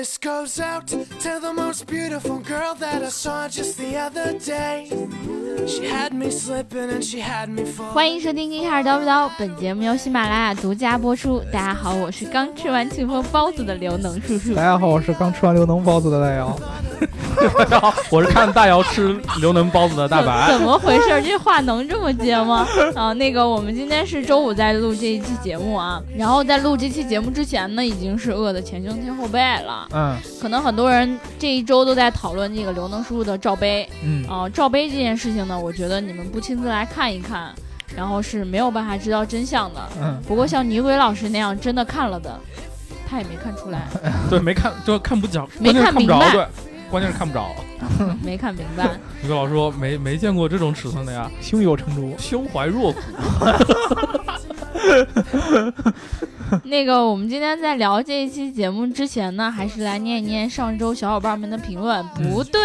This goes out to the most beautiful girl that I saw just the other day. She had me slipping and she had me falling. 欢迎收听《一开始叨不叨》，本节目由喜马拉雅独家播出。大家好，我是刚吃完庆丰包子的刘能叔叔大。家好，我是刚吃完刘能包子的大姚。大家好， 我是看大姚吃刘能包子的大哎白。怎么回事？这话能这么接吗？ 啊，那个，我们今天是周五在录这一期节目啊，然后在录这期节目之前呢，已经是饿的前胸贴后背了。嗯可能很多人这一周都在讨论这个刘能叔叔的罩杯嗯，啊、罩杯这件事情呢，我觉得你们不亲自来看一看，然后是没有办法知道真相的。嗯，不过像女鬼老师那样真的看了的，他也没看出来， 对，没看，就看不着，没关键是看看明不白着。对，关键是看不着。没看明白。一个老师说没没见过这种尺寸的呀，胸有成竹。胸怀若谷。那个，我们今天在聊这一期节目之前呢，还是来念一念上周小伙伴们的评论。嗯不对，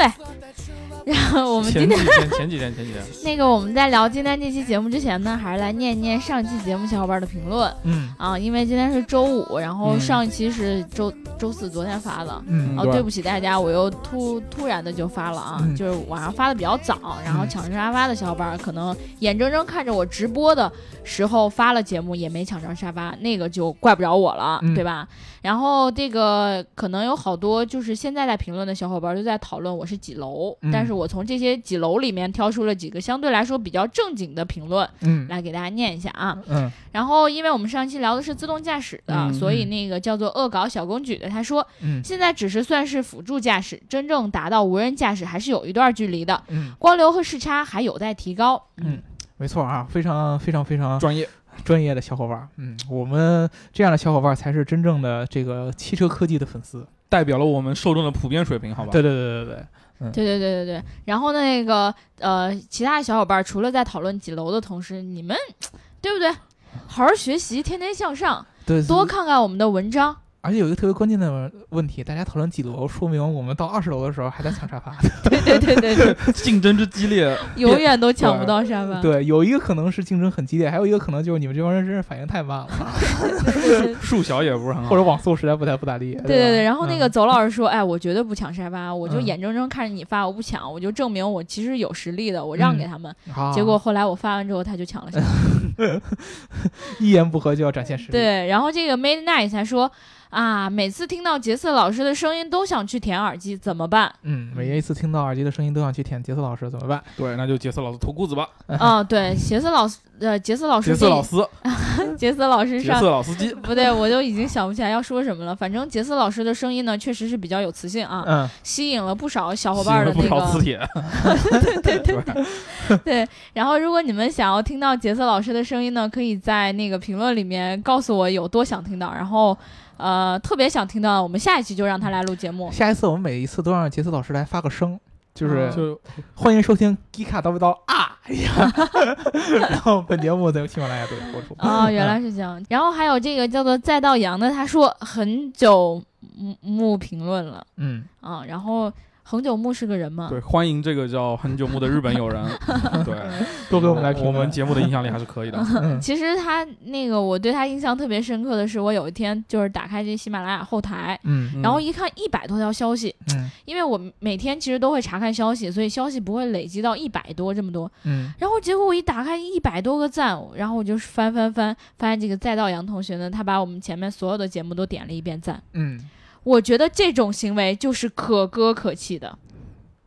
然 后我们今前天几天，前几天，前几天，那个我们在聊今天这期节目之前呢，还是来念一念上期节目小伙伴的评论嗯啊，因为今天是周五，然后嗯上一期是周、周四，昨天发的。嗯哦，对不起大家，我又突突然的就发了啊，嗯就是晚上发的比较早，然后嗯抢占沙发的小伙伴儿可能眼睁睁看着我直播的时候发了节目，也没抢上沙发，那个就怪不着我了，嗯对吧？然后这个可能有好多就是现在在评论的小伙伴儿都在讨论我是几楼，嗯但是我从这些几楼里面挑出了几个相对来说比较正经的评论嗯来给大家念一下啊。嗯然后因为我们上期聊的是自动驾驶的，嗯所以那个叫做恶搞小公举的他说。嗯现在只是算是辅助驾驶，真正达到无人驾驶还是有一段距离的，嗯，光流和视差还有待提高。嗯没错啊，非常非常非常专业。专业的小伙伴儿。嗯，我们这样的小伙伴儿才是真正的这个汽车科技的粉丝。代表了我们受众的普遍水平，好吧？对对对对对，对对对对对。然后那个呃，其他小伙伴除了在讨论几楼的同时，你们对不对？好好学习，天天向上，对多。看看我们的文章。而且有一个特别关键的问题，大家讨论几楼，说明我们到二十楼的时候还在抢沙发。对对对对对， 竞争之激烈，永远都抢不到沙发。 对，有一个可能是竞争很激烈，还有一个可能就是你们这帮人真是反应太慢了，啊对对数小也不是很好或。者网速实在不太不咋地。对对吧对，然后那个嗯走老师说：“哎，我绝对不抢沙发，我就嗯眼睁睁看着你发，我不抢，我就证明我其实有实力的，我让给他们。啊结果后来我发完 之后，他就抢了下来。一言不合就要展现实力。对，然后这个 Made Night 才说啊，每次听到杰森老师的声音都想去舔耳机，怎么办？嗯，每一次听到耳机的声音都想去舔杰斯老师，怎么办？对，那就杰斯老师脱裤子吧。 嗯、对，杰森老师，呃，杰森老师杰这，斯老师，杰森老师杰上斯。老司机。不对，我都已经想不起来要说什么了。反正杰森老师的声音呢，确实是比较有磁性啊，嗯吸引了不少 小伙伴的不那少磁个 铁， 对。然后，如果你们想要听到杰森老师的声音呢，可以在那个评论里面告诉我有多想听到，然后呃，特别想听到，我们下一期就让他来录节 目。下一次我们每一次都让杰斯老师来发个声，就是、嗯就欢迎收听《迪卡叨不叨》啊一下， 然后本节目在喜马拉雅独家播出。哦，原来是这样。然后还有这个叫做再到阳的，他说很久木木评论了嗯，啊。然后恒久木是个人吗？对，欢迎这个叫很久木的日本友 人。对， 多给我们来我评论们节目的影响力还是可以的。嗯其实他那个我对他印象特别深刻的是，我有一天就是打开这喜马拉雅后台。嗯 然后一看一百多条消息，嗯因为我每天其实都会查看消息，所以消息不会累积到一百多这么多。嗯然后结果我一打开一百多个赞，然后我就翻翻翻，发现这个再到阳同学呢，他把我们前面所有的节目都点了一遍赞。嗯，我觉得这种行为就是可歌可泣的。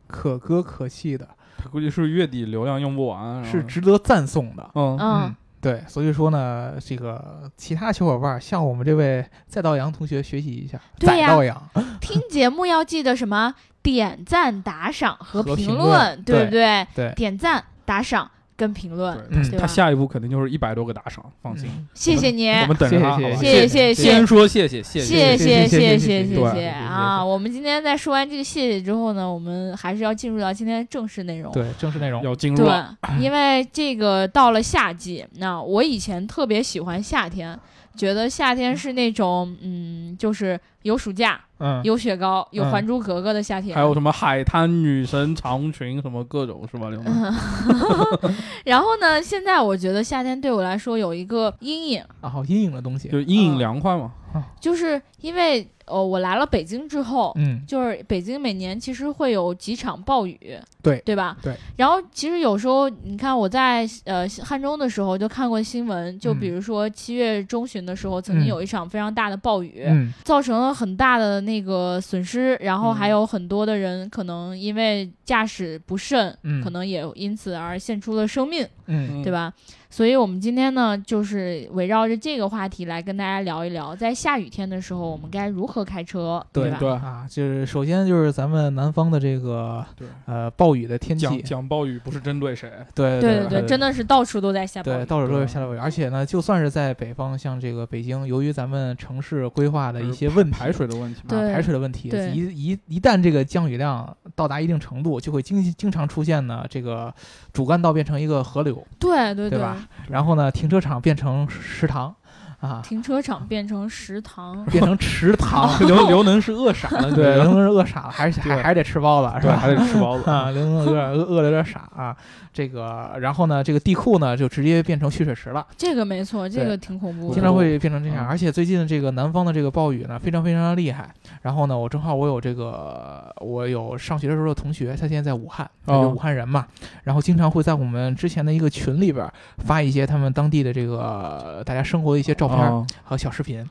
可歌可泣的，他估计是月底流量用不完，然后是值得赞颂的。嗯，嗯，对，所以说呢，这个其他小伙伴向我们这位再道阳同学学习一下，对载呀道阳，听节目要记得什么？点赞、打赏和和评评论，论对不对对？对点赞、打赏跟评论，对，嗯他对吧他下一步肯定就是一百多个打赏，放心，嗯谢谢你，我们等着他，好吧谢谢谢谢先说谢谢，谢谢谢谢谢谢谢谢谢对谢对啊！我们今天在说完这个谢谢之后呢，我们还是要进入到今天的正式内容。对，正式内容。要进入对了，，因为这个到了夏季，那我以前特别喜欢夏天，觉得夏天是那种嗯，就是有暑假，嗯，有雪糕，有《嗯还珠格格》的夏天，还有什么海滩女神长裙什么各种是吧？刘嗯能然后呢，现在我觉得夏天对我啊来说有一个阴影，然后阴影的东西，就阴影凉快嘛，就是因为呃，我来了北京之后，嗯，就是北京每年其实会有几场暴雨，对对吧？对。然后其实有时候你看我在呃汉中的时候就看过新闻，就嗯比如说七月中旬的时候，曾经嗯有一场非常大的暴雨，嗯造成了很大的那个损失，然后还嗯有很多的人可能因为驾驶不慎，嗯可能也因此而献出了生命，嗯对吧？所以我们今天呢，就是围绕着这个话题来跟大家聊一聊，在下雨天的时候我们该如何开车，对吧？对啊，就是首先就是咱们南方的这个对啊呃暴雨的天气，讲讲暴雨不是针对谁，对对对对，真的是到处都在下暴对，雨。到处都是对下暴雨，而且呢，就算是在北方，像这个北京，由于咱们城市规划的一些问题，排水的问题嘛。，对啊，排水的问题，对一一一旦这个降雨量到达一定程度，就会经经常出现呢，这个主干道变成一个河流，对对对对，吧然后呢，停车场变成食堂，啊，，停车场变成食堂变成池塘 刘刘能是饿傻了，对，你知刘道吗能是饿傻了，还是还对还得吃包子是 对，吧？还得吃包子。 啊，刘能有点饿饿的有点傻啊，这个，然后呢，这个地库呢就直接变成蓄水池了。这个没错，这对个挺恐怖我经的。常会变成这样。嗯而且最近这个南方的这个暴雨呢，非常非常的厉害。然后呢，我正好我有这个，我有上学的时候的同学，他现在在武汉，他哦是武汉人嘛，然后经常会在我们之前的一个群里边儿发一些他们当地的这个大家生活的一些照片儿哦和小视频，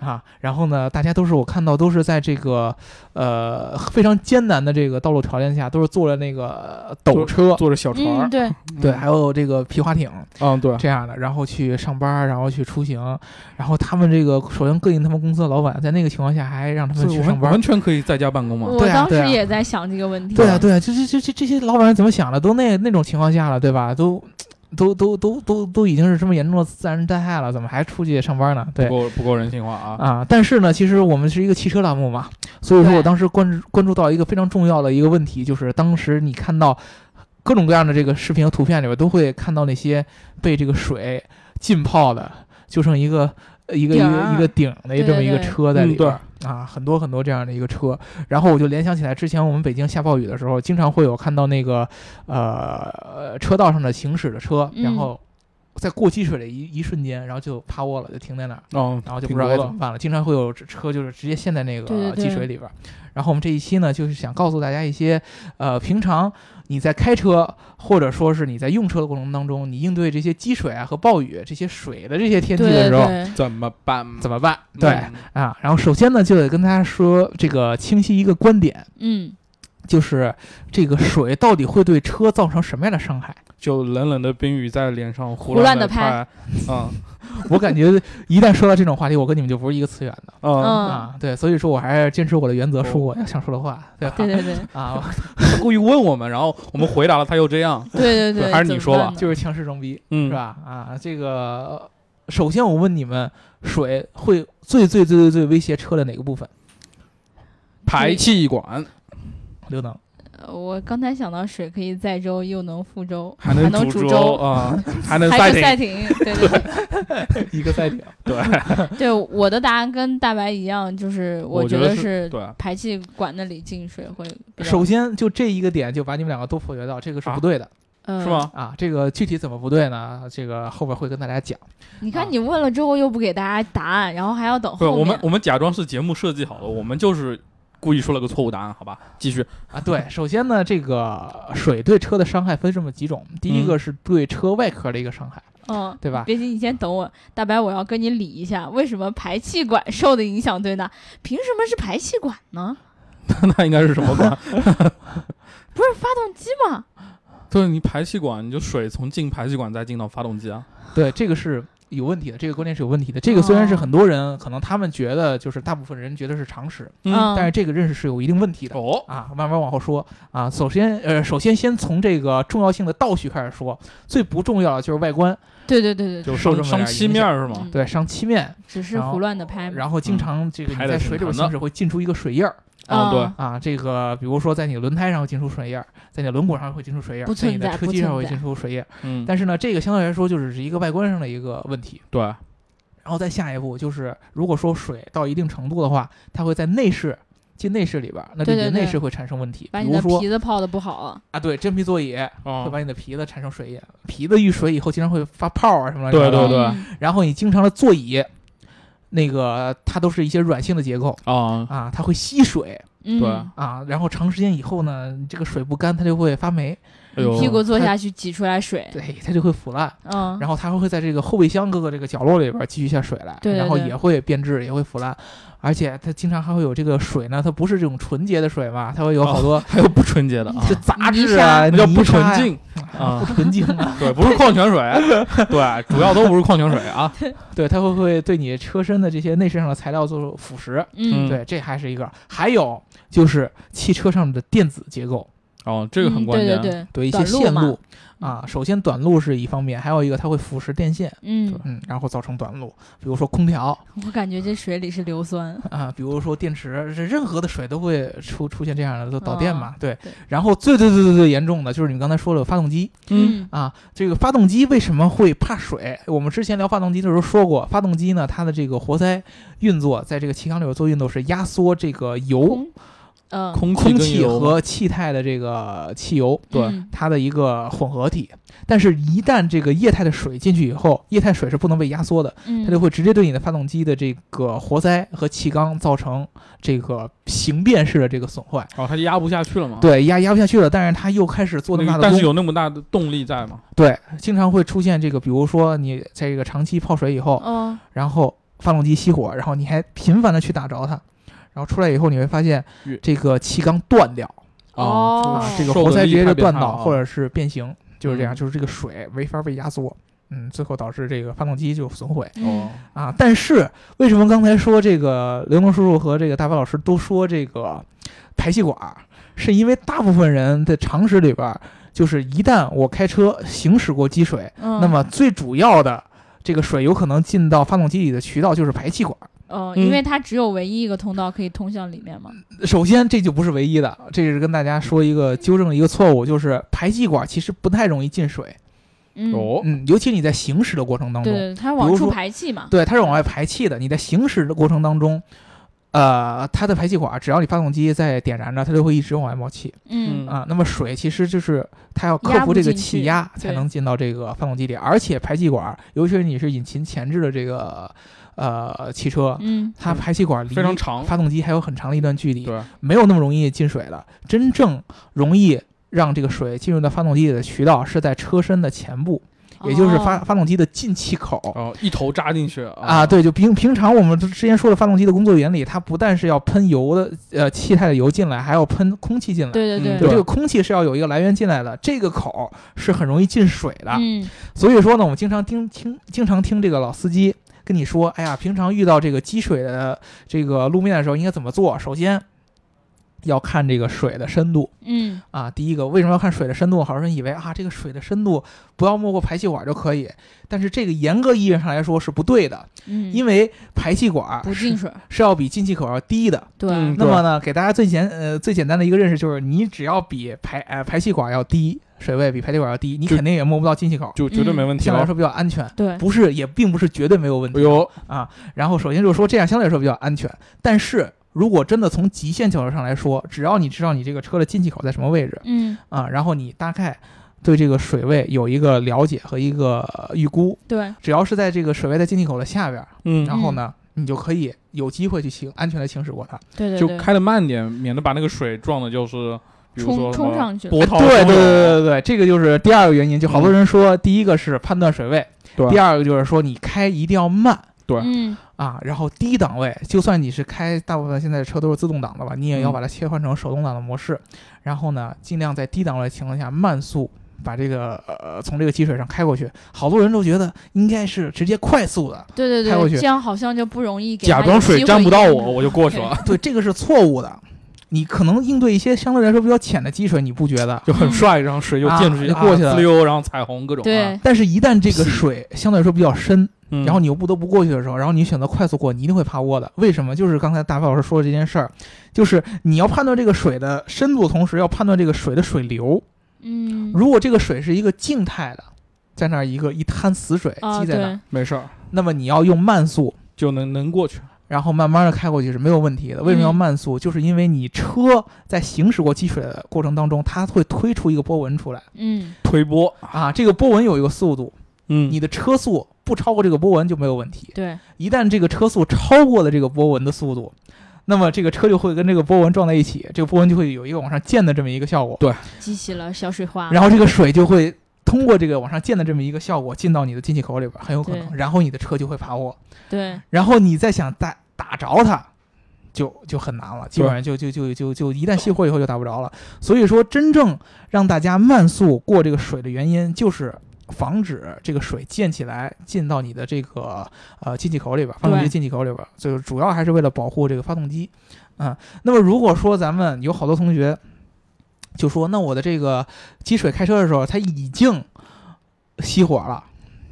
啊，然后呢，大家都是我看到都是在这个呃非常艰难的这个道路条件下，都是坐着那个斗车，坐着小船嗯，儿，对，对，还有这个皮划艇，嗯，对，这样的，然后去上班，然后去出行，然后他们这个首先膈应他们公司的老板，在那个情况下还让他们所以去我上完班完。全可以在家办公嘛。我对啊当时对啊也在想这个问题。对啊，对啊，这这这这这些老板是怎么想的？都那那种情况下了，对吧？都都都都都都已经是这么严重的自然灾害了，怎么还出去上班呢？对不够不够人性化啊！啊，但是呢，其实我们是一个汽车栏目嘛，所以说对我当时关注关注到一个非常重要的一个问题，就是当时你看到各种各样的这个视频和图片里边，都会看到那些被这个水浸泡的，就剩一个呃一个一顶个儿一个顶儿的对这么一个对车在里嗯边儿。啊，很多很多这样的一个车，然后我就联想起来，之前我们北京下暴雨的时候，经常会有看到那个，呃，车道上的行驶的车，然嗯后在过积水的一一瞬间，然后就趴窝了，就停在那儿，哦，然后就挺不知道该多怎的么办了。经常会有车就是直接陷在那对对个对积水里边儿。然后我们这一期呢，就是想告诉大家一些，呃，平常你在开车或者说是你在用车的过程当中，你应对这些积水啊和暴雨这些水的这些啊天气对对的时候对，怎么办？嗯怎么么办？对啊，然后首先呢，就得跟大家说这个清晰一个观点，嗯，就是这个水到底会对车造成什么样的 伤害？就冷冷的冰雨在脸上胡胡乱地地拍拍，嗯我感觉一旦说到这种话题，我跟你们就不是一个次元的。嗯哦嗯，啊，对，所以说我还是坚持我的原则，说我要想说的话，对吧？对对对啊， 故意问我们，然后我们回答了，他又这样，对对对，还是你怎么说吧办呢 就是强势装逼，嗯，是？吧？啊，这个首先我问你们，水会最最最最最威胁车的哪个部分？排气管刘能，呃我刚才想到水可以载舟，又能覆舟，还能能煮粥，啊，还能还赛是艇，赛艇。对对对，一个赛艇，对我的答案跟大白一样，就是我觉觉得得是是对，排气管那里进水会比较 首先就这一个点就把你们两个都否决掉，这个是啊不对的嗯是？吗？啊。这个具体怎么不对呢？这个后边会跟大家讲。你啊看你问了之后又不给大家答案，然后还要等不，后面。我们我们假装是节目设计好的，我们就是故意说了个错误答案，好吧？继续， 啊，对，首先呢，这个水对车的伤害分这么几种，第一个是对车外壳的一个伤害，嗯，对吧别急，你先等我，大白，我要跟你理一下，为什么排气管 受的影响最大？凭什么是排气管呢？那应该是什么管？ 不是发动机吗？就是你排气管，你就水从进排气管再进到发动机啊。对，这个是有问题的，这个观念是有问题的。这个虽然是哦很多人可能他们觉得就是大部分人觉得是常识，嗯，但是这个认识是有一定问题的。哦，啊，慢慢往后说啊。首先，呃，首先先从这个重要性的倒序开始说，最不重要的就是外观，对对对对，就受这伤么点伤漆影面响儿是吗？嗯对，上漆面，只是然后胡乱的拍嘛。然后经常这个你嗯拍得在挺水里边疼的行驶会浸出一个水印儿啊对嗯啊，这个比如说在你轮胎上会浸出水印儿，在你轮毂上会浸出水印不儿，在你存在的车不机上存会在浸出水印儿。嗯，但是呢，这个相对来说就是一个外观上的一个问题。对，然后再下一步就是，如果说水到一定程度的话，它会在内饰进内饰里边儿，那对你的对对内饰会产生问题，把比你如的说皮子泡的不好了。啊，对，真皮座椅会哦，把你的皮子产生水印，皮子遇水以后经常会发泡啊什么的。对对嗯对然后你经常的座椅那个它都是一些软性的结构啊，啊，它会吸水对嗯，啊，然后长时间以后呢，这个水不干，它就会发霉，哎呦，嗯屁股坐下去挤出来水，嗯对，它就会腐烂。嗯，然后它会在这个后备箱各个这个角落里边积蓄下水来，对对然后对也会变质，也会腐烂，而且它经常还会有这个水呢，它不是这种纯洁的水嘛，它会有好多、还有不纯洁的啊，就杂质啊，那叫泥不沙纯呀，净啊不， 纯净啊，对，不是矿泉水， 对，主要都不是矿泉水啊，对，它会会对你车身的这些内饰上的材料做出腐蚀，嗯嗯对，这还是一个，还有就是汽车上的电子结构，哦，这个很关键，嗯对对对一些短路线嘛路啊，首先短路是一方面，还有一个它会腐蚀电线，对，嗯，嗯，然后造成短路，比如说空调。我感觉这水里是硫酸，啊，比如说电池，是任何的水都会出出现这样的都导电嘛，对哦对然后最最最最最严重的就是你们刚才说了有发动机嗯，啊，这个发动机为什么会怕水？我们之前聊发动机的时候说过，发动机呢它的这个活塞运作，在这个气缸里边做运动是压缩这个油、空嗯，空气哦空跟气油和气态的这个汽油。对嗯它的一个混合体，但是，一旦这个液态的水进去以后，液态水是不能被压缩的，嗯，它就会直接对你的发动机的这个活塞和气缸造成这个形变式的这个损坏。哦，它压不下去了嘛，对，压压不下去了，但是它又开始做那么那大个的但功是，有那么大的动力在嘛，对，经常会出现这个，比如说你这个长期泡水以后，嗯，然后发动机熄火，然后你还频繁的去打着它，然后出来以后你会发现越这个气缸断掉，哦啊就，这是个受活的塞直力接太就变断态倒了或者是变形，就是这样，嗯就是这个水没法被压缩，嗯，最后导致这个发动机就损毁。哦嗯，啊，但是为什么刚才说这个刘能叔叔和这个大白老师都说这个排气管儿，是因为大部分人的常识里边儿，就是一旦我开车行驶过积水，嗯那么最主要的这个水有可能进到发动机里的渠道就是排气管儿。嗯，嗯因为它只有唯一一个通道可以通向里面嘛，首先，这就不是唯 一的，这是跟大家说一个纠正一个错误，就是排气管儿其实不太容易进水，嗯，哦，嗯，尤其你在行驶的过程当中，对，它比往如出说排气嘛，对，它是往外排气的。你在行驶的过程当中，呃，它的排气管，只要你发动机在点燃着，它就会一直往外冒气嗯嗯啊、那么水其实就是它要克压服不这个进去气压才对能进到这个发动机里，而且排气管，尤其是你是引擎前置的这个呃汽车，嗯，它排气管离非常长，发动机还有很长的一段距离，对，没有那么容易进水的。真正容易让这个水进入到发动机里的渠道是在车身的前部，也就是发、哦发动机的进气口。哦，一头扎进去啊，，对，就平平常我们之前说的发动机的工作原理，它不但是要喷油的，呃，气态的油进来，还要喷空气进来。对对嗯对，对，这个空气是要有一个来源进来的，这个口是很容易进水的。嗯所以说呢，我们经常听听经常听这个老司机跟你说，哎呀，平常遇到这个积水的这个路面的时候应该怎么做？首先要看这个水的深度嗯啊。第一个，为什么要看水的深度？好多人以为啊，这个水的深度不要没过排气管就可以，但是这个严格意义上来说是不对的。嗯，因为排气管呃儿不是进水，是要比进气口要低的。对，嗯那么呢，给大家最简呃最简单的一个认识就是，你只要比排呃排气管要低，水位比排气管要低，你就肯定也摸不到进气口，就绝对没问题相对嗯来了。说比较安全。对，不是，也并不是绝对没有问哎题呦，啊。然后首先就是说，这样相对来说比较安全，但是。如果真的从极限角度上来说，只要你知道你这个车的进气口在什么位置嗯啊，然后你大概对这个水位有一个了解和一个呃预估，对，只要是在这个水位在进气口的下边儿，嗯，然后呢，你就可以有机会去行安全的行驶过它。对对就对，开的慢点，免得把那个水撞的，就是比如冲说什冲么上去了波涛汹哎啊对对涌对对对对，这个就是第二个原因，就好多嗯人说，第一个是判断水位，对第二个就是说你开一定要慢。对嗯啊，然后低档位，就算你是开大部分现在的车都是自动挡的吧，你也要嗯把它切换成手动挡的模式，然后呢，尽量在低档位的情况下慢速把这个呃从这个积水上开过去。好多人都觉得应该是直接快速的，对对开过对，去这样好像就不容易给假它装有水机沾会不到淹我，我就过去了，对，这个是错误的。你可能应对一些相对来说比较浅的积水，你不觉得？就很帅，然后水就溅出嗯啊去，就过去了啊滋溜，然后彩虹各种啊，对，但是，一旦这个屁水相对来说比较深，嗯，然后你又不得不过去的时候，然后你选择快速过，你一定会趴窝的。为什么？就是刚才大飞老师说的这件事儿，就是你要判断这个水的深度，同时要判断这个水的水流。嗯，如果这个水是一个静态的，在那儿一个一滩死水啊积在那儿，对，没事儿，那么你要用慢速，就能能过去。然后慢慢的开过去是没有问题的。为什么要嗯慢速？就是因为你车在行驶过积水的过程当中，它会推出一个波纹出来嗯推波，啊，这个波纹有一个速度，嗯，你的车速不超过这个波纹就没有问题。对，一旦这个车速超过了这个波纹的速度，那么这个车就会跟这个波纹撞在一起，这个波纹就会有一个往上溅的这么一个效果。激起了小水花。然后这个水就会通过这个往上溅的这么一个效果进到你的进气口里边，很有可能，对然后你的车就会爬窝，对，然后你再想打打着它。就就很难了，基本上就就就就就一旦熄火以后就打不着了。所以说，真正让大家慢速过这个水的原因，就是防止这个水溅起来进到你的这个呃进气口里边，发动机对进气口里边，就是主要还是为了保护这个发动机。啊、那么如果说咱们有好多同学就说，那我的这个积水开车的时候，它已经熄火了，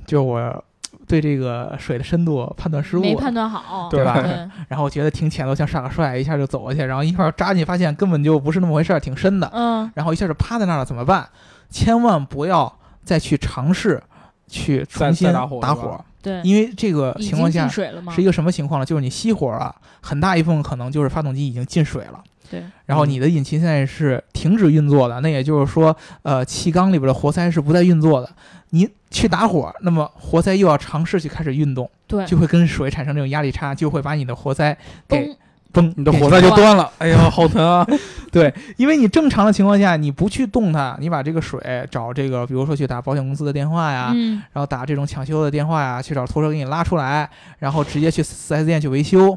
就我对这个水的深度判呃断失误没了，判断好，对吧对然后觉得挺浅的，我想耍个帅，一下就走过去，然后一会儿扎进去，发现根本就不是那么回事儿，挺深的，嗯，然后一下就趴在那儿了，怎么办？千万不要再去尝试去重再新再打火是吧火对，因为这个已情经况下进水了吗？是一个什么情况呢？就是你熄火了，很大一部分可能就是发动机已经进水了。对，然后你的引擎现在是停止运作的，那也就是说，呃，气缸里边的活塞是不再运作的。你去打火，那么活塞又要尝试去开始运动，对，就会跟水产生这种压力差，就会把你的活塞给嘣，崩，你的火塞就断了， 哎呀，好疼啊！对，因为你正常的情况下，你不去动它，你把这个水找这个，比如说去打保险公司的电话呀，嗯，然后打这种抢修的电话呀，去找拖车给你拉出来，然后直接去四 S 店去维修，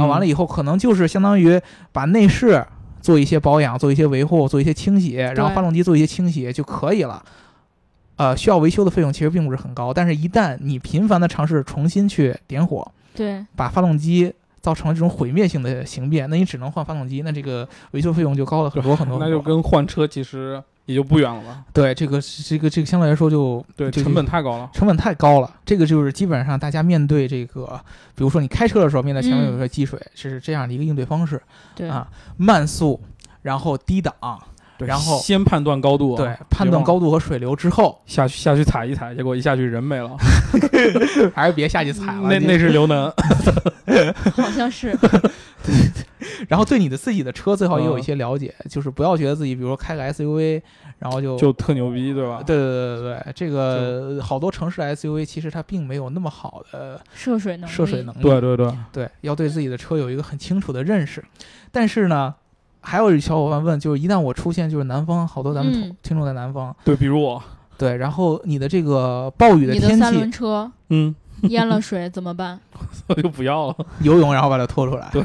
然啊后完了以后，可能就是相当于把内饰做一些保养、做一些维护、做一些清洗，然后对发动机做一些清洗就可以了。呃，需要维修的费用其实并不是很高，但是一旦你频繁的尝试重新去点火，对，把发动机造成了这种毁灭性的形变，那你只能换发动机，那这个维修费用就高了很多很多很多。那就跟换车其实也就不远了吧？对这个这个这个相对来说就对，这个成本太高了。成本太高了。这个就是基本上大家面对这个，比如说你开车的时候面对前面有一个积水，是这样的一个应对方式对，啊，慢速，然后低档，对然后先判断高度啊，对，判断高度和水流之后，下去下去踩一踩，结果一下去人没 了， 还是别下去踩了。那你那是刘 能，好像 是，然后对你的自己的车最好也有一嗯些了解，就是不要觉得自己比如说开个 SUV，然后就就特牛逼，对吧？对对对对对，这个好多城市的 SUV 其实它并没有那么好的涉水能力，涉水能力，对对对，对要对自己的车有一个很清楚的认识。但是呢，还有小伙伴问，就是一旦我出现，就是南方，好多咱们同、嗯听众在南方，对，比如我，对，然后你的这个暴雨的你的天三轮气， 车嗯，淹了水怎么办？我就不要了。游泳然后把它拖出来，对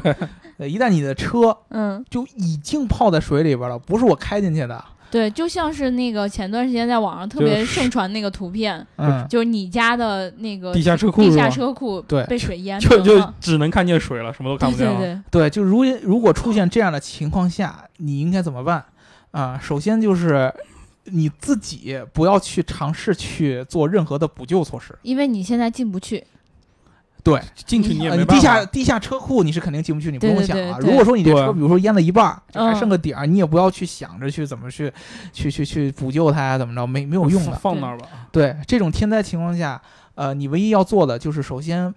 对，一旦你的车嗯，就已经泡在水里边了，不是我开进去的，对，就像是那个前段时间在网上特就是啊别盛传那个图片，嗯，就是你家的那呃个地下车库地是吧下？车库对被水淹就没就了，只能看见水了，什么都看对不见对了。对，嗯对，就如如果出现这样的情况下，你应该怎么办啊、首先就是你自己不要去尝试去做任何的补救措施。因为你现在进不去，对，进去你也呃、没你办地下法。地下车库你是肯定进不去，你不对用对想对啊。对如果说你这车对比如说淹了一半儿，就还嗯剩个底儿，你也不要去想着去怎么去去去去补救它呀，怎么着，没没有用的。放放那儿吧。对这种天灾情况下，呃，你唯一要做的就是首先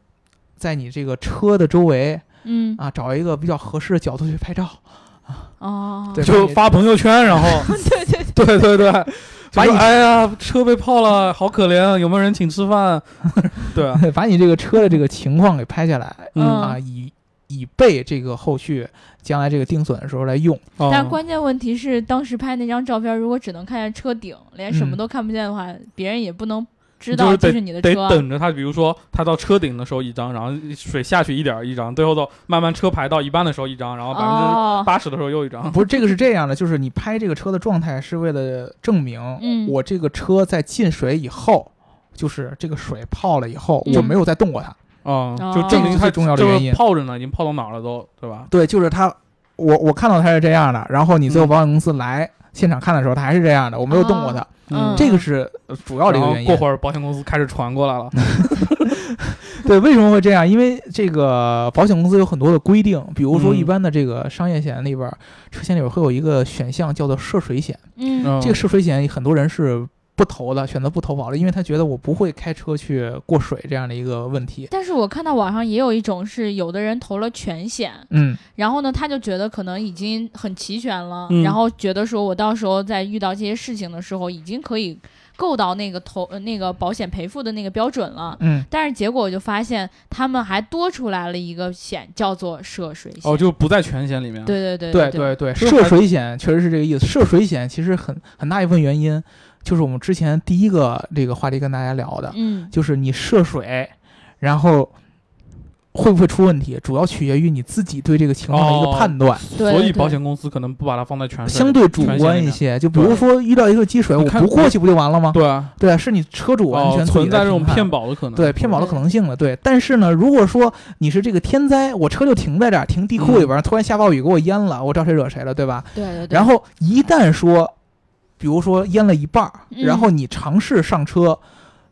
在你这个车的周围嗯，啊找一个比较合适的角度去拍照。 啊哦，对就发朋友圈，然后 对对 对对对，把把你你哎呀，车被泡了，好可怜，啊有没有人请吃饭？ 对啊，把你这个车的这个情况给拍下来、嗯啊，以以备这个后续将来这个定损的时候来用。哦但关键问题是，当时拍那张照片，如果只能看见车顶，连什么都看不见的话，别人也不能知道嗯你这就是你的得车。啊等着他，比如说他到车顶的时候一张，然后水下去一点儿一张，最后到慢慢车排到一半的时候一张，然后百分之哦，八十的时候又一张。不是，这个是这样的，就是你拍这个车的状态是为了证明嗯我这个车在进水以后，就是这个水泡了以后，我嗯没有再动过它。啊，哦就证明这个是最他重要的原因就是泡着呢，已经泡到哪儿了都，对吧？对，就是它，我我看到它是这样的，然后你最后嗯保险公司来现场看的时候，它还是这样的，我没有动过它，嗯这个是呃主要的一哦个然后原因。嗯过会儿保险公司开始传过来了，对，为什么会这样？因为这个保险公司有很多的规定，比如说嗯一般的这个商业险里边儿，车险里边儿会有一个选项叫做涉水险。嗯这个涉水险很多人是不投的，选择不投保了，因为他觉得我不会开车去过水这样的一个问题。但是我看到网上也有一种是，有的人投了全险，嗯，然后呢，他就觉得可能已经很齐全了，嗯然后觉得说我到时候在遇到这些事情的时候，已经可以够到那个投呃那个保险赔付的那个标准了。嗯，但是结果我就发现，他们还多出来了一个险，叫做涉水险。哦，就不在全险里面。，对对对对对对对，就是涉还水险确实是这个意思。涉水险其实很很大一部分原因就是我们之前第一个这个话题跟大家聊的，嗯，就是你涉水，然后会不会出问题，主要取决于你自己对这个情况的一个哦判断，对所以对保险公司可能不把它放在全相对主观一一。些。就比如说遇到一个积水，你我看不过去不就完了吗？对啊，对啊，是你车主完哦全自己存的在这种评判骗保的嗯可能。对骗保的可对能性了，对。但是呢，如果说你是这个天灾，我车就停在这儿，停地嗯库里边儿，突然下暴雨给我淹了，我招谁惹谁了，对吧？对对对。然后一旦说，比如说淹了一半儿，嗯然后你尝试上车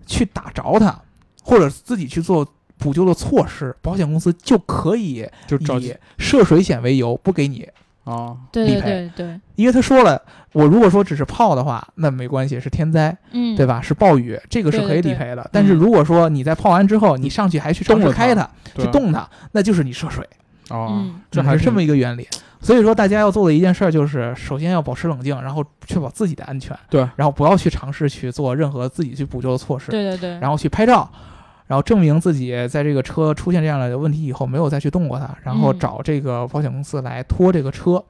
去打着它，或者自己去做补救的措施，保险公司就可以就着急以涉水险为由不给你，啊，对理对赔对对，因为他说了，我如果说只是泡的话，那没关系，是天灾，嗯，对吧？是暴雨，这个是对可以对嗯理对赔的。但是如果说你在泡完之后，你上去还去尝动试了它开它，啊对去动它，那就是你涉水。啊嗯，这嗯还是挺这么一个原理。所以说，大家要做的一件事儿就是，首先要保持冷静，然后确保自己的安全。对然后不要去尝试去做任何自己去补救的措施，对对对，然后去拍照，然后证明自己在这个车出现这样的问题以后没有再去动过它，然后嗯找这个保险公司来拖这个车。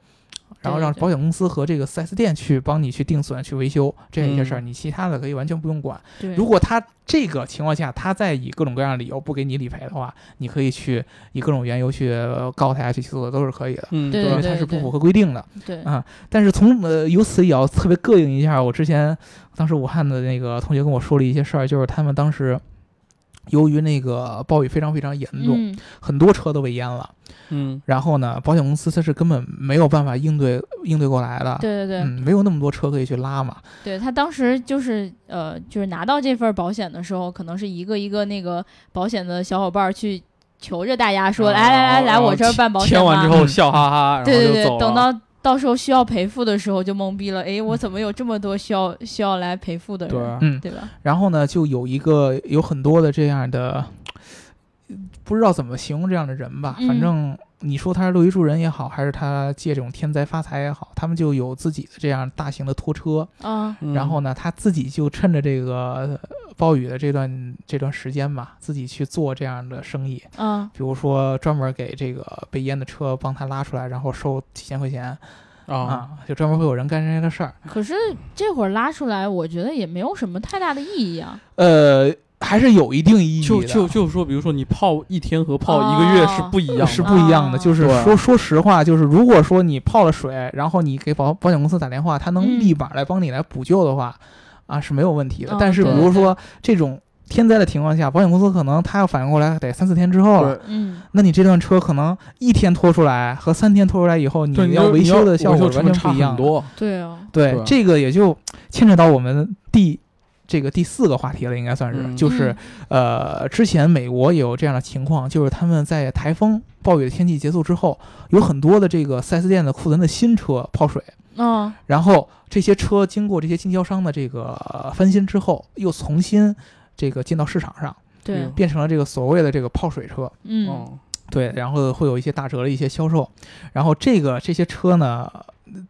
然后对让对保险公司和这个 4S 店去帮你去定损、去维修这样一些事儿，嗯你其他的可以完全不用管。对如果他这个情况下，他再以各种各样的理由不给你理赔的话，你可以去以各种缘由去呃告他呀，去起诉的都是可以的，嗯，对因为对它是不对符合规定的。对啊但是从呃，由此也要特别膈应一下，我之前当时武汉的那个同学跟我说了一些事儿，就是他们当时由于那个暴雨非常非常严重，嗯很多车都被淹了，嗯，然后呢，保险公司它是根本没有办法应对应对过来的。对对对，嗯，没有那么多车可以去拉嘛，对他当时就是呃，就是拿到这份保险的时候，可能是一个一个那个保险的小伙伴儿去求着大家说，啊来来来来，然后我这儿办保险签完之吧后笑哈哈，然后对对就走对，了。等到到时候需要赔付的时候就懵逼了，诶，我怎么有这么多需要需要来赔付的人，对啊嗯，对吧？然后呢，就有一个有很多的这样的，不知道怎么形容这样的人吧。嗯反正你说他是乐于助人也好，还是他借这种天灾发财也好，他们就有自己的这样大型的拖车。啊，嗯然后呢，他自己就趁着这个呃暴雨的这段这段时间吧，自己去做这样的生意，啊，比如说专门给这个被淹的车帮他拉出来，然后收几千块钱哦啊，啊，就专门会有人干这样的事儿。可是这会儿拉出来，我觉得也没有什么太大的意义啊。呃，还是有一定意义的。就就就说，比如说你泡一天和泡一个月是不一样的，哦是不一样啊的。就是对说，说实话，就是如果说你泡了水，然后你给保保险公司打电话，他能嗯立马来帮你来补救的话，啊是没有问题的嗯。但是比对如说这种天灾的情况下，保险公司可能他要反应过来得三四天之后了。对。嗯，那你这辆车可能一天拖出来和三天拖出来以后，对，你你要维修的你效要维果修成完本全差不一很样的。多。对啊，对对，这个也就牵扯到我们第这个第四个话题了，应该算是，嗯就是呃，之前美国也有这样的情况，就是他们在台风、暴雨的天气结束之后，有很多的这个 4S 店的库存的新车泡水，嗯啊，然后这些车经过这些经销商的这个呃翻新之后，又重新这个进到市场上，对嗯，变成了这个所谓的这个泡水车。嗯，嗯，对，然后会有一些打折的一些销售，然后这个这些车呢，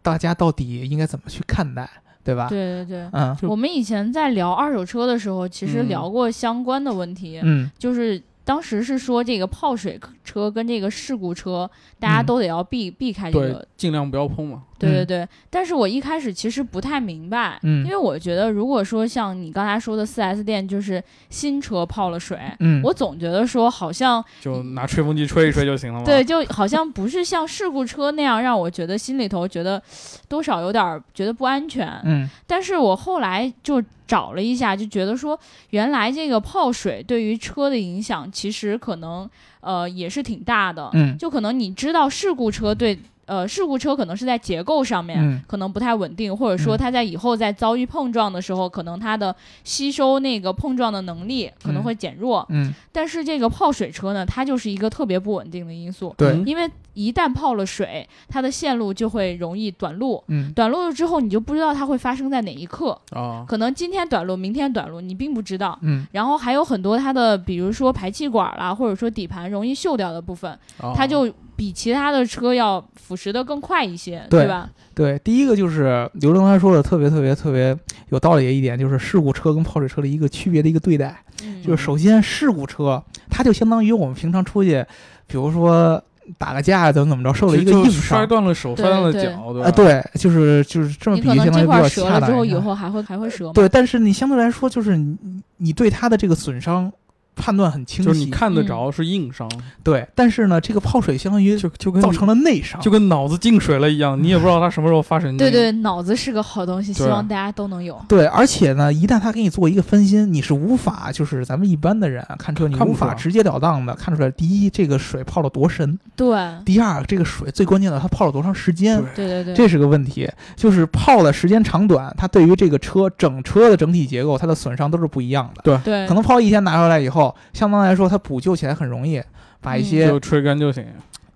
大家到底应该怎么去看待，对吧？对对对。嗯 就我们以前在聊二手车的时候，其实嗯聊过相关的问题，嗯就是当时是说这个泡水车跟这个事故车，大家嗯都得要避、避开这对个。，尽量不要碰嘛。对对嗯对，但是我一开始其实不太明白，嗯因为我觉得如果说像你刚才说的四 S 店，就是新车泡了水，嗯，我总觉得说好像就拿吹风机吹一吹就行了嗯嘛。对，就好像不是像事故车那样让我觉得心里头觉得 多少有点儿觉得不安全。嗯但是我后来就找了一下，就觉得说，原来这个泡水对于车的影响，其实可能呃也是挺大的。嗯就可能你知道事故车对呃事故车可能是在结构上面。嗯可能不太稳定，或者说嗯它在以后在遭遇碰撞的时候，可能它的吸收那个碰撞的能力可能嗯会减弱。嗯，但是这个泡水车呢，它就是一个特别不稳定的因素，对，嗯因为一旦泡了水，它的线路就会容易短路。嗯短路了之后，你就不知道它会发生在哪一刻，啊哦，可能今天短路，明天短路，你并不知道。嗯，然后还有很多它的，比如说排气管啦，或者说底盘容易锈掉的部分，啊哦它就比其他的车要腐蚀的更快一些，对吧？对，第一个就是刘正他说的特别特别特别有道理的一点，就是事故车跟泡水车的一个区别的一个对待。嗯，就是首先事故车，它就相当于我们平常出去，比如说打个架啊怎么怎么着，受了一个就硬摔伤。断了手，对摔断了对脚，对吧？啊，对，就是就是这么嗯你比可喻能这相当于比块较儿折恰了当之后，一以点后还会还会折吗？对，但是你相对来说，就是你你你对它的这个损伤判断很清晰，就是你看嗯得着是硬伤，对，但是呢，这个泡水相当于就就跟造成了内伤，就跟脑子进水了一样，你也不知道他什么时候发神经。对对，脑子是个好东西，希对望大家都能有。对，而且呢，一旦他给你做一个分心，你是无法，就是咱们一般的人啊看车，你看不无出法来直截了当的看出来。第一，这个水泡了多深；对第二，这个水最关键的，它泡了多长时间，对对对对，这是个问题。就是泡的时间长短，它对于这个车整车的整体结构，它的损伤都是不一样的。对可能泡了一天拿回来以后，相当来说，它补救起来很容易，把一嗯些、就吹干就哎行。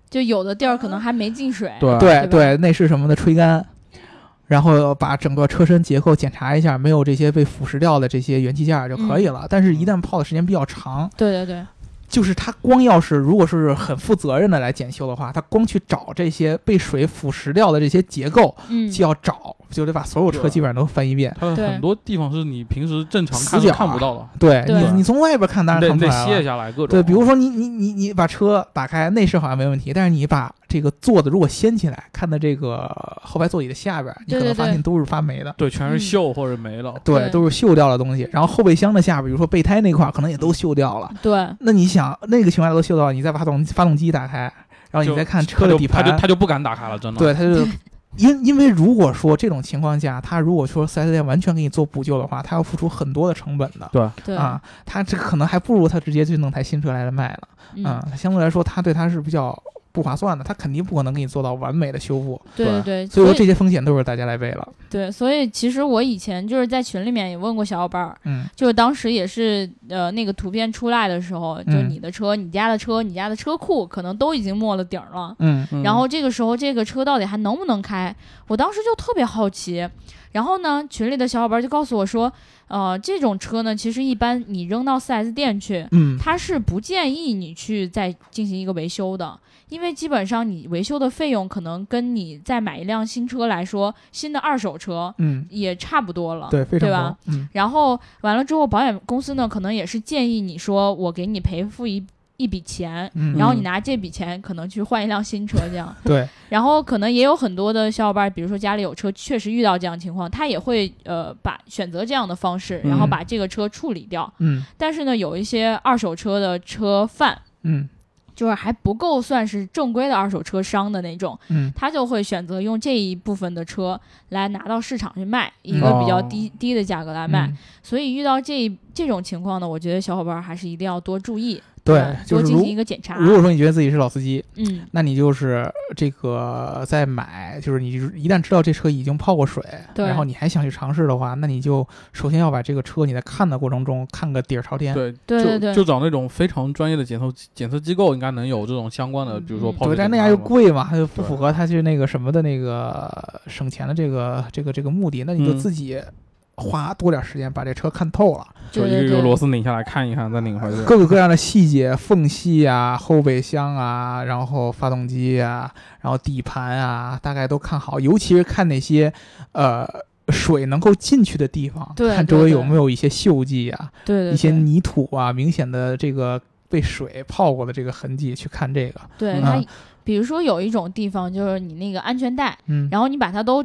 就有的地儿可能还没进水。对对啊对吧对内饰什么的吹干。然后把整个车身结构检查一下，没有这些被腐蚀掉的这些元器件儿就可以了。嗯但是，一旦泡的时间比较长，对对对就是它光要是如果是很负责任的来检修的话，它光去找这些被水腐蚀掉的这些结构，嗯，就要找，就得把所有车对基本上都翻一遍。它的对很多地方是你平时正常死看角都啊看不到的，对对你，你从外边看当你然看不得你得出来歇了。下来各种。对，比如说你你你你把车打开，内饰好像没问题，但是你把这个座子如果掀起来，看到这个后排座椅的下边，你对可能对发对现都是发霉的。对，全嗯是锈或者没了。对，对都是锈掉的东西。然后后备箱的下边，比如说备胎那块儿，可能也都锈掉了。对那你想，那个情况下都锈掉了，你再把发动发动机打开，然后就你再看车的底盘，他就他就不敢打开了，真的。对，他就 因因为如果说这种情况下，他如果说 4S 店完全给你做补救的话，他要付出很多的成本的。对啊，他这可能还不如他直接去弄台新车来卖了。嗯，啊，相对来说，他对他是比较不划算的，他肯定不可能给你做到完美的修复，对对对，所所以说这些风险都是大家来背了。对，所以其实我以前就是在群里面也问过小伙伴儿，嗯，就是当时也是呃那个图片出来的时候，就嗯你的车、你家的车、你家的车库可能都已经没了底儿了。嗯嗯然后这个时候，这个车到底还能不能开？我当时就特别好奇。然后呢，群里的小伙伴就告诉我说，呃，这种车呢，其实一般你扔到 4S 店去，嗯，它是不建议你去再进行一个维修的，因为基本上你维修的费用可能跟你再买一辆新车来说，新的二手车嗯，也差不多了，对，非常吧高？。嗯然后完了之后，保险公司呢可能也是建议你说，我给你赔付一一笔钱，嗯，然后你拿这笔钱可能去换一辆新车这样。 对，然后可能也有很多的小伙伴，比如说家里有车，确实遇到这样情况，他也会呃把选择这样的方式，然后嗯把这个车处理掉。嗯但是呢，有一些二手车的车贩。嗯就是还不够算是正规的二手车商的那种，嗯他就会选择用这一部分的车来拿到市场去卖，一嗯个比较哦低、低的价格来嗯，卖。所以遇到这这种情况呢，我觉得小伙伴还是一定要多注意，对吧，就多是进行一如个检查。如果说你觉得自己是老司机，嗯，那你就是这个在买，就是你一旦知道这车已经泡过水，对然后你还想去尝试的话，那你就首先要把这个车你在看的过程中看个底儿朝天。对对对对就就找那种非常专业的检测检测机构，应该能有这种相关的，嗯比如说嗯泡对，水检但那查样又嘛贵嘛，它就不对符合他去那个什么的那个省钱的这个这个这个目的，那你就嗯自己花多点时间把这车看透了，就对一个对一个螺对，丝拧下来看一看，再拧回去。各个各样的细节，缝隙啊、后备箱啊，然后发动机啊，然后底盘啊，大概都看好，尤其是看那些呃水能够进去的地方，对看对周对围有没有一些锈迹啊，对对一些对泥土啊，明显的这个被水泡过的这个痕迹，去看这个，对嗯它啊，比如说有一种地方就是你那个安全带，嗯，然后你把它都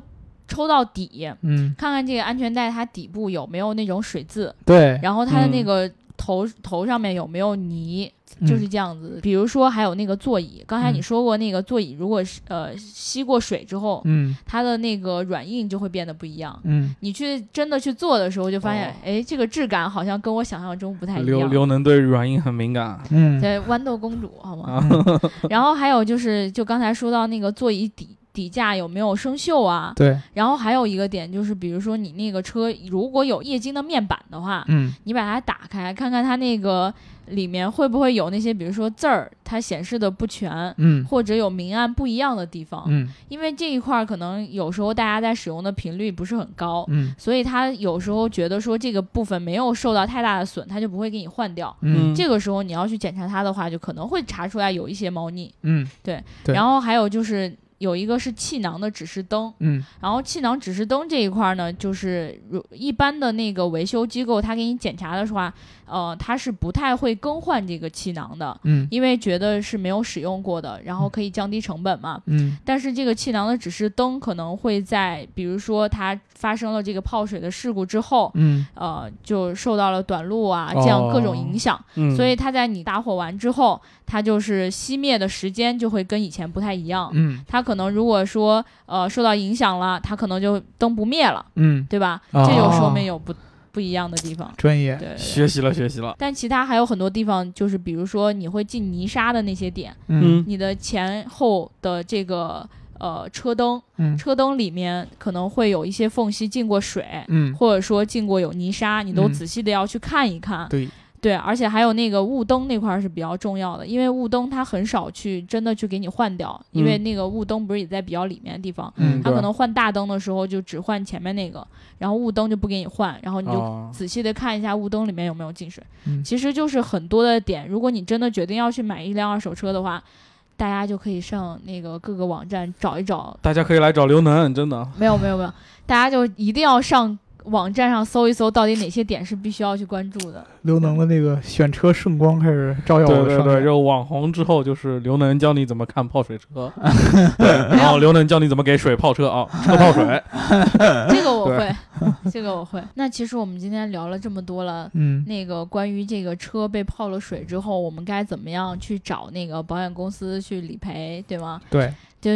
抽到底，嗯，看看这个安全带它底部有没有那种水渍，对，然后它的那嗯个头、头上面有没有泥，嗯就是这样子。比如说还有那个座椅，刚才你嗯说过那个座椅，如果是呃吸过水之后，嗯它的那个软硬就会变得不一样。嗯，你去真的去做的时候，就发现哦，哎、这个质感好像跟我想象中不太一刘样。刘能对软硬很敏感，嗯，对，豌豆公主好吗？啊然后还有就是，就刚才说到那个座椅底底架有没有生锈啊？对，然后还有一个点就是，比如说你那个车如果有液晶的面板的话，嗯，你把它打开，看看它那个里面会不会有那些，比如说字儿它显示的不全，嗯，或者有明暗不一样的地方。嗯，因为这一块儿可能有时候大家在使用的频率不是很高，嗯，所以它有时候觉得说这个部分没有受到太大的损，它就不会给你换掉。嗯，这个时候你要去检查它的话，就可能会查出来有一些猫腻。嗯，对然后还有就是有一个是气囊的指示灯，嗯，然后气囊指示灯这一块儿呢，就是如一般的那个维修机构，它给你检查的话，呃，它是不太会更换这个气囊的，嗯，因为觉得是没有使用过的，然后可以降低成本嘛。嗯，但是这个气囊的指示灯可能会在，比如说它发生了这个泡水的事故之后，嗯，呃，就受到了短路啊这样各种影响，嗯，所以它在你打火完之后，它就是熄灭的时间就会跟以前不太一样。嗯，它可能如果说呃受到影响了，它可能就灯不灭了，嗯，对吧？哦这就说明有不不一样的地方。专业对，对对学习了学习了，但其他还有很多地方，就是比如说你会进泥沙的那些点，嗯你的前后的这个呃车灯，嗯车灯里面可能会有一些缝隙进过水，嗯，或者说进过有泥沙，你都嗯仔细的要去看一看。对，对，而且还有那个雾灯那块儿是比较重要的，因为雾灯它很少去真的去给你换掉，因为嗯那个雾灯不是也在比较里面的地方，嗯它对可能换大灯的时候就只换前面那个，然后雾灯就不给你换，然后你就啊，仔细的看一下雾灯里面有没有进水。嗯其实就是很多的点，如果你真的决定要去买一辆二手车的话，大家就可以上那个各个网站找一找大家可以来找刘能，真的，没有没有没有，大家就一定要上网站上搜一搜，到底哪些点是必须要去关注的。刘能的那个选车圣光开始照耀对我对上对，面，就网红之后就是刘能教你怎么看泡水 车，然后刘能教你怎么给水泡车啊，车泡水，这个我对 会，这个我会。那其实我们今天聊了这么多了。嗯，那个关于这个车被泡了水之后，我们该怎么样去找那个保险公司去理赔，对吗？对，就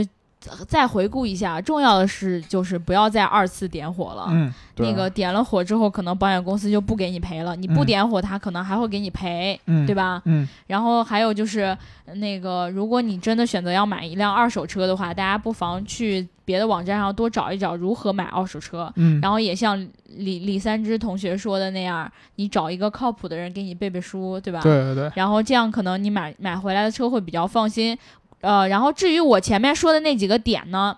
再回顾一下，重要的是就是不要再二次点火了。嗯，对那个点了火之后，可能保险公司就不给你赔了。你不嗯点火，他可能还会给你赔，嗯，对？吧？嗯，然后还有就是呃那个，如果你真的选择要买一辆二手车的话，大家不妨去别的网站上多找一找如何买二手车。嗯，然后也像李李三枝同学说的那样，你找一个靠谱的人给你背背书，对吧？对对对，然后这样可能你买买回来的车会比较放心。呃，然后至于我前面说的那几个点呢，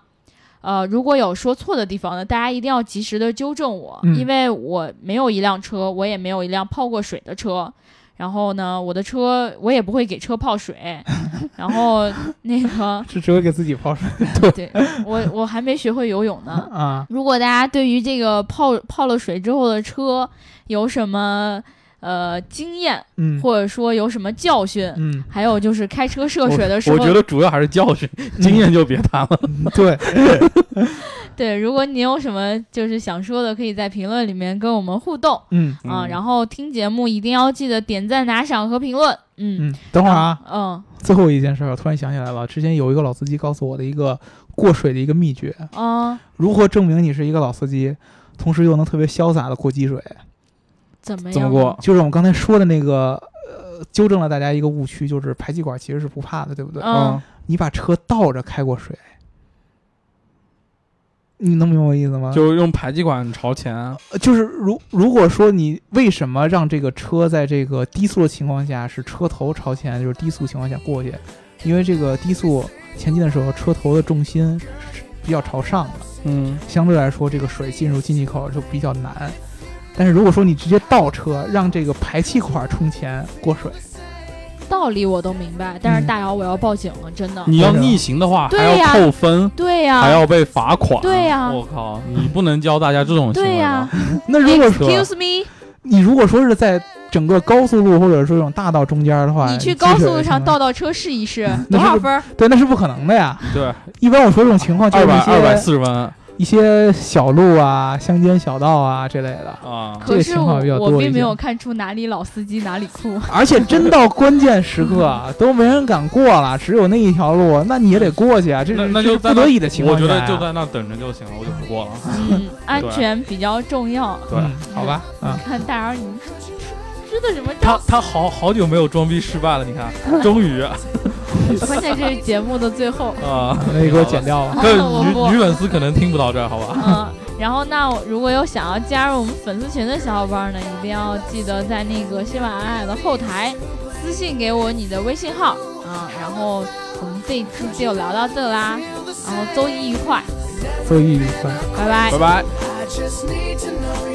呃，如果有说错的地方呢，大家一定要及时的纠正我，嗯因为我没有一辆车，我也没有一辆泡过水的车。然后呢，我的车我也不会给车泡水，然后那个这只会给自己泡水对我我还没学会游泳呢。啊，如果大家对于这个泡泡了水之后的车有什么呃经验，嗯，或者说有什么教训，嗯，还有就是开车涉水的时啊我候，觉得主要还是教训，经验就别谈了。对，对，如果你有什么就是想说的，可以在评论里面跟我们互动嗯啊。嗯然后听节目一定要记得点赞、打赏和评论。嗯，嗯，等会儿啊，嗯最后一件事儿，我突然想起来了，之前有一个老司机告诉我的一个过水的一个秘诀，啊，如何证明你是一个老司机，同时又能特别潇洒的过积水？怎么样？怎么过？就是我们刚才说的那个，呃，纠正了大家一个误区，就是排气管其实是不怕的，对不对？嗯，你把车倒着开过水，你能明白我意思吗？就用排气管朝前，啊呃就是如如果说你为什么让这个车在这个低速的情况下是车头朝前，就是低速情况下过去，因为这个低速前进的时候，车头的重心是比较朝上的。嗯，相对来说，这个水进入进气口就比较难。但是如果说你直接倒车，让这个排气管冲前过水，道理我都明白，但是嗯大姚，我要报警了，真的。你要逆行的话，对还要呀扣分，对呀、还要被罚款。对呀我靠，你不能教大家这种行对为啊呀、吧。那如哎果说啊 Excuse me，你如果说是在整个高速路或者说这种大道中间的话，你去积水高的速路上情况倒倒车试一 试，那多是少不分儿？对，那是不可能的呀。对，一般我说这种情况就是二百二百一些四十分啊一些小路啊、乡间小道啊这类的。啊，这可个是情况我比较我多并一没些有看出哪里老司机哪里酷。而且真到关键时刻啊，都没人敢过了，只有那一条路，那你也得过去啊，这那是那这就是在不那得已的情我况下觉呀、嗯得就在那等着就行了，我就不过了。 嗯，安对全比较重要。对，嗯，好吧，啊，看大姚，你知道什么他招？他好好久没有装逼失败了，你看，终于关键是节目的最后。啊，那你给我剪掉吧。这 我不女女粉丝可能听不到这儿，好吧？嗯，然后那我如果有想要加入我们粉丝群的小伙伴呢，一定要记得在那个喜马拉雅的后台私信给我你的微信号啊、然后我们这一期就聊到这啦，然后周一愉快，周一愉快。拜拜拜。拜。 I just need to know you.